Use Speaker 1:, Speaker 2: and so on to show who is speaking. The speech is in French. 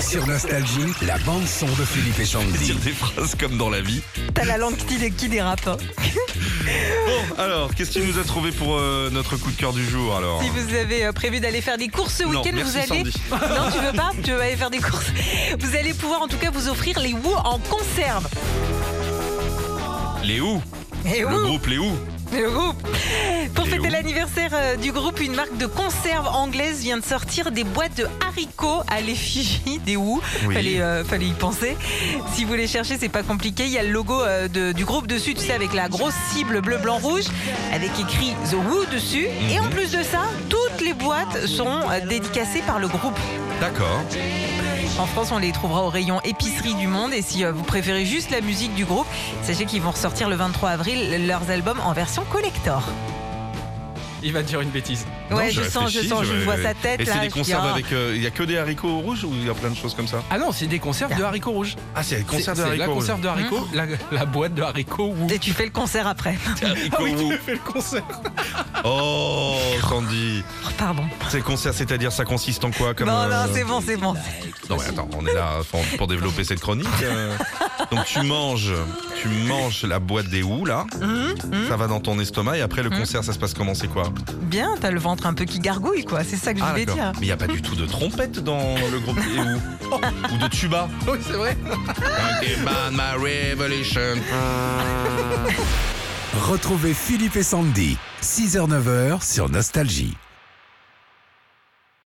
Speaker 1: Sur Nostalgie, la bande-son de Philippe et Sandy.
Speaker 2: Dire des phrases comme dans la vie.
Speaker 3: T'as la langue qui, dé- qui dérape. hein.
Speaker 2: Bon, alors, qu'est-ce que tu nous as trouvé pour euh, notre coup de cœur du jour alors
Speaker 3: Si vous avez euh, prévu d'aller faire des courses ce
Speaker 2: Non,
Speaker 3: week-end,
Speaker 2: merci,
Speaker 3: vous allez.
Speaker 2: Sandy.
Speaker 3: Non, tu veux pas Tu veux aller faire des courses Vous allez pouvoir en tout cas vous offrir les Woo en conserve.
Speaker 2: Les Who,
Speaker 3: Et
Speaker 2: le
Speaker 3: Woo,
Speaker 2: groupe Les Who.
Speaker 3: le groupe. Pour
Speaker 2: Les
Speaker 3: fêter
Speaker 2: Who.
Speaker 3: l'anniversaire euh, du groupe, une marque de conserve anglaise vient de sortir des boîtes de haricots à l'effigie des Who.
Speaker 2: Oui.
Speaker 3: Fallait, euh, fallait y penser. Si vous les cherchez, c'est pas compliqué. Il y a le logo euh, de- du groupe dessus, tu sais, avec la grosse cible bleu, blanc, rouge, avec écrit The Who dessus. Et en plus de ça, toutes les boîtes sont euh, dédicacées par le groupe.
Speaker 2: D'accord.
Speaker 3: En France, on les trouvera au rayon épicerie du monde. Et si euh, vous préférez juste la musique du groupe, sachez qu'ils vont ressortir le 23 avril leurs albums en version collector.
Speaker 4: Il va dire une bêtise.
Speaker 2: Non,
Speaker 3: Ouais,
Speaker 2: j'ai
Speaker 3: je sens, je
Speaker 2: réfléchi,
Speaker 3: sens, je
Speaker 2: j'aurais-
Speaker 3: vois sa tête
Speaker 2: Et
Speaker 3: là.
Speaker 2: c'est des
Speaker 3: je
Speaker 2: conserves
Speaker 3: dis, ah.
Speaker 2: avec. euh, Il y a que des haricots rouges ou il y a plein de choses comme ça
Speaker 4: Ah non, c'est des conserves de haricots rouges.
Speaker 2: Ah, c'est des
Speaker 4: C'est
Speaker 2: conserves de
Speaker 4: c'est la
Speaker 2: haricots rouges.
Speaker 4: conserve de haricots, Hein la, la boîte de haricots ou.
Speaker 3: Et tu fais le concert après.
Speaker 4: Ah oui,
Speaker 2: Haricots
Speaker 4: tu fais le concert.
Speaker 2: Who. Oh, Sandy.
Speaker 3: Oh, Pardon.
Speaker 2: Ces conserves, c'est-à-dire ça consiste en quoi comme,
Speaker 3: non,
Speaker 2: euh,
Speaker 3: non, c'est bon, c'est bon.
Speaker 2: Non mais attends, on est là pour, pour développer cette chronique. euh. Donc tu manges, tu manges la boîte des ou là, ça va dans ton estomac et après le concert ça se passe comment c'est quoi
Speaker 3: Bien, t'as le ventre un peu qui gargouille, quoi. C'est ça que je
Speaker 2: Ah,
Speaker 3: voulais dire.
Speaker 2: Mais il y a pas du tout de trompette dans le groupe des ou ou de tuba.
Speaker 4: Oui, c'est vrai.
Speaker 2: Okay, man, my revolution.
Speaker 1: Retrouvez Philippe et Sandy, 6h-9h sur Nostalgie.